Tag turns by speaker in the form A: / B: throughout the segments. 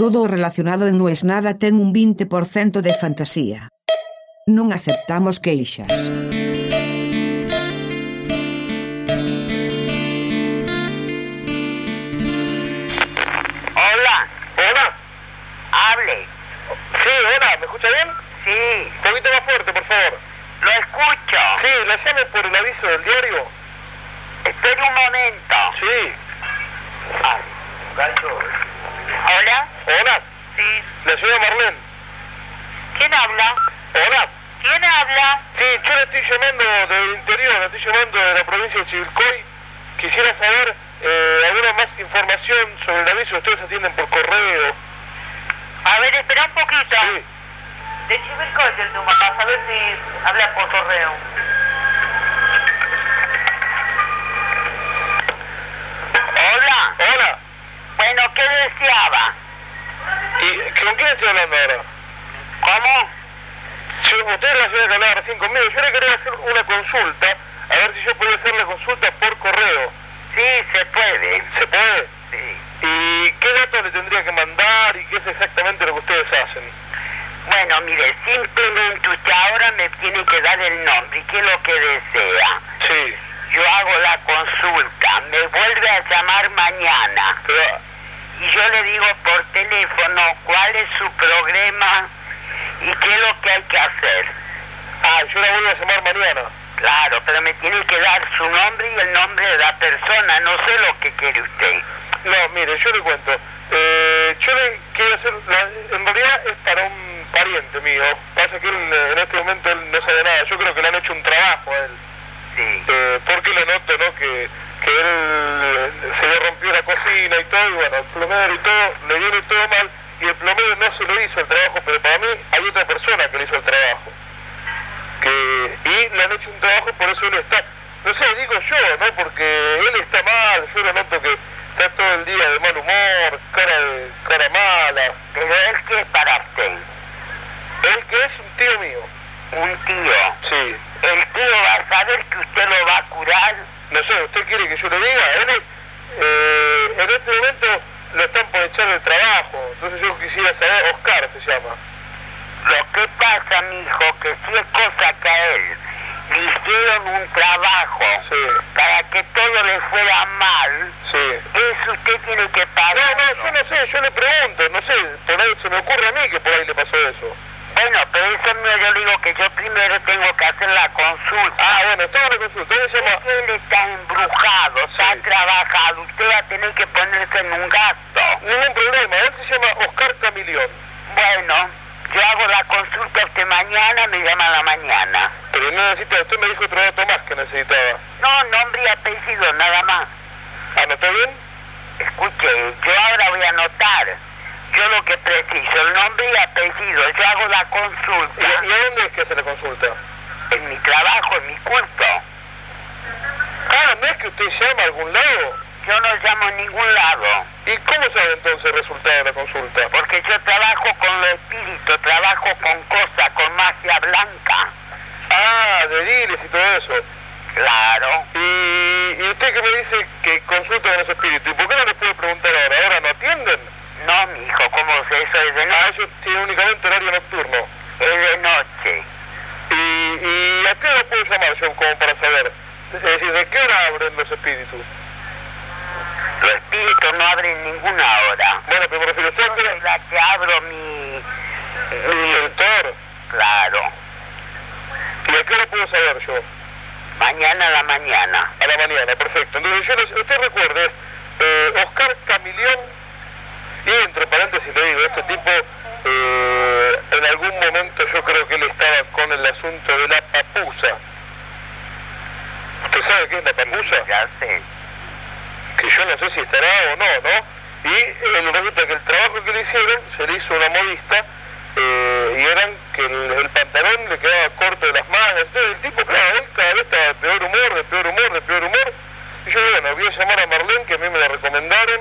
A: Todo o relacionado en Nues Nada ten un 20% de fantasía. Non aceptamos queixas.
B: Hola,
C: Hola, hable.
B: sí, hola, ¿me escucha bien?
C: Sí,
B: Un poquito más fuerte, por favor.
C: lo escucho.
B: Sí, la llamo por el aviso del diario.
C: Espera un momento.
B: Sí,
C: Ay, gallo. Hola,
B: hola,
C: sí.
B: la señora Marlene.
C: ¿Quién habla?
B: Hola,
C: ¿Quién habla?
B: sí, yo la estoy llamando del interior, la estoy llamando de la provincia de Chivilcoy. Quisiera saber eh, alguna más información sobre el aviso. Ustedes atienden por correo.
C: A ver, espera un poquito.
B: Sí,
C: De Chivilcoy del Duma, a ver si habla por correo. Hola,
B: hola.
C: bueno, ¿qué deseaba?
B: ¿Y con quién estoy hablando ahora?
C: ¿Cómo?
B: Sí, usted es la señora que hablaba recién conmigo. Yo le quería hacer una consulta, a ver si yo podía hacer la consulta por correo.
C: Sí, se puede.
B: ¿Se puede?
C: Sí.
B: ¿Y qué datos le tendría que mandar y qué es exactamente lo que ustedes hacen?
C: Bueno, mire, simplemente usted ahora me tiene que dar el nombre y qué es lo que desea.
B: Sí,
C: Yo hago la consulta, me vuelve a llamar mañana
B: pero
C: y yo le digo por teléfono cuál es su problema y qué es lo que hay que hacer.
B: Ah, yo la vuelvo a llamar mañana.
C: Claro, pero me tiene que dar su nombre y el nombre de la persona, no sé lo que quiere usted.
B: No, mire, yo le cuento. Eh, yo le quiero hacer... la- en realidad es para un pariente mío. Pasa que él, eh, en este momento él no sabe nada. Yo creo que le han hecho un trabajo a él.
C: Sí,
B: Eh, porque le noto, ¿no? Que, que él eh, se le rompió la cocina y todo. Y bueno, el plomero y todo, le viene todo mal. Y el plomero no se lo hizo el trabajo, pero para mí hay otra persona que le hizo el trabajo. que y le han hecho un trabajo por eso él está no sé digo yo no porque él está mal yo lo noto que está todo el día de mal humor cara de, cara mala
C: pero él que es para usted,
B: él que es un tío mío
C: un tío.
B: sí
C: El tío va a saber que usted lo va a curar.
B: no sé usted quiere que yo le diga él es- eh, en este momento lo están por echar del trabajo entonces yo quisiera saber Oscar se llama
C: Lo que pasa, mi hijo, que si es cosa que a él le hicieron un trabajo
B: sí
C: para que todo le fuera mal,
B: sí
C: eso usted tiene que pagar.
B: no no yo no sé yo le pregunto no sé por ahí se me ocurre a mí que por ahí le pasó eso
C: Bueno, pero eso no, yo digo que yo primero tengo que hacer la consulta.
B: ah bueno estaba en la consulta él se llama
C: Él está embrujado, está
B: Sí.
C: trabajado, usted va a tener que ponerse en un gasto.
B: Ningún problema, él se llama Oscar Camilión.
C: Bueno, yo hago la consulta usted mañana, me llama a la mañana.
B: Pero no necesita, usted me dijo otro dato más que necesitaba.
C: No, nombre y apellido, nada más.
B: ¿Anotó bien?
C: Escuche, yo ahora voy a anotar. Yo lo que preciso, el nombre y apellido. Yo hago
B: ¿Y,
C: la
B: a- y
C: consulta
B: a dónde es que hace la consulta?
C: en mi trabajo, en mi culto.
B: Ah, ¿no es que usted llama a algún lado?
C: Yo no llamo a ningún lado,
B: ¿Y cómo sabe entonces el resultado de la consulta?
C: porque yo trabajo con los espíritus, trabajo con cosas, con magia blanca.
B: Ah, de diles y todo eso.
C: Claro.
B: Y, y usted que me dice que consulta con los espíritus, ¿y por qué no les puedo preguntar ahora? ¿Ahora no atienden?
C: No, mi hijo, ¿cómo se eso es de
B: Ah,
C: noche?
B: ellos tienen únicamente horario nocturno.
C: Es de noche.
B: ¿Y, y a qué hora puedo llamar yo como para saber? Es decir, ¿de qué hora abren los espíritus?
C: Los espíritus no abren ninguna hora.
B: Bueno, pero me refiero a usted,
C: Yo soy la que abro mi...
B: el director.
C: Claro.
B: ¿Y a qué hora puedo saber yo?
C: Mañana a la mañana.
B: A la mañana, perfecto. Entonces, yo les- usted recuerde, es eh, Oscar Camilión, y entre paréntesis le digo, este tipo, eh, en algún momento yo creo que él estaba con el asunto de la papusa. ¿Usted sabe qué es la papusa?
C: Ya sé.
B: Que yo no sé si estará o no, ¿no? Y eh, resulta que el trabajo que le hicieron se le hizo a una modista eh, y eran que el, el pantalón le quedaba corto de las manos. Entonces el tipo, claro, él cada vez estaba de peor humor, de peor humor, de peor humor. Y yo, bueno, voy a llamar a Marlene, que a mí me la recomendaron.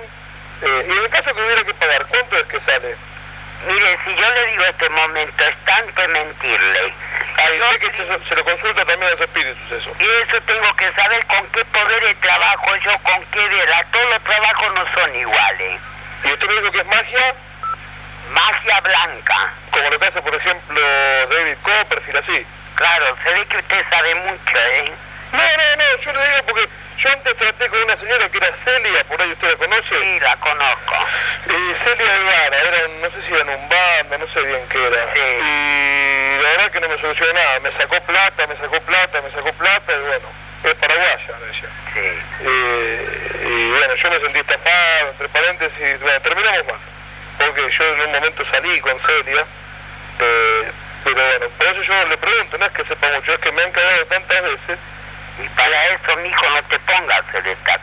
B: eh, y en el caso que hubiera que pagar, ¿cuánto es que sale?
C: Mire, si yo le digo este momento, es tanto mentirle.
B: Ah, y sé que se, se lo consulta también a los espíritus eso.
C: Y eso tengo que saber con qué poderes trabajo yo, con qué vela. Todos los trabajos no son iguales.
B: Y usted me dijo que es magia,
C: tinta blanca.
B: como lo que hace por ejemplo David Copperfield, así.
C: Claro, se ve que usted sabe mucho, ¿eh?
B: No, no, no, yo le digo porque yo antes traté con una señora que era Celia, por ahí usted la conoce.
C: Sí, la conozco.
B: Eh, Celia Ivana, era, un- no sé si era en un bando, no sé bien qué era.
C: Sí.
B: Y la verdad que no me solucionó nada, me sacó plata, me sacó plata, me sacó plata y bueno, es paraguaya, me decía.
C: Sí.
B: Eh, y bueno, yo me sentí estafado, entre paréntesis, bueno, terminamos mal, porque yo en un momento salí con Celia, eh, pero bueno, por eso yo le pregunto, no es que sepa mucho, es que me han cagado tantas veces.
C: Y para eso, mijo, no te pongas a hacer esta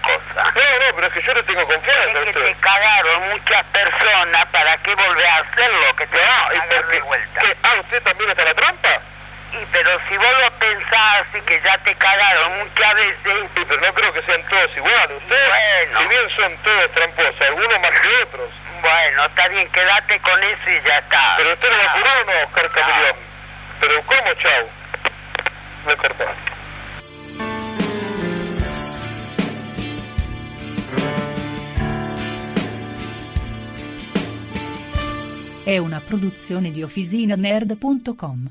B: No,
C: cosa.
B: no, pero es que yo le tengo confianza a
C: Es que
B: usted.
C: te cagaron muchas personas, ¿para qué volver a hacerlo? Que te
B: No,
C: van a
B: y
C: cagar de
B: porque-
C: vuelta.
B: ¿Qué? Ah, ¿usted también está en la trampa?
C: Y pero si vos lo pensás y que ya te cagaron muchas veces,
B: Sí, pero no creo que sean todos iguales. Ustedes,
C: Bueno.
B: si bien son todos tramposos, algunos más que otros,
C: bueno, está bien, quédate con eso y ya está.
B: pero usted no lo curó o no, Oscar Camilión. Pero ¿cómo, chau? Me cortó.
D: È una produzione di OfficinaNerd.com.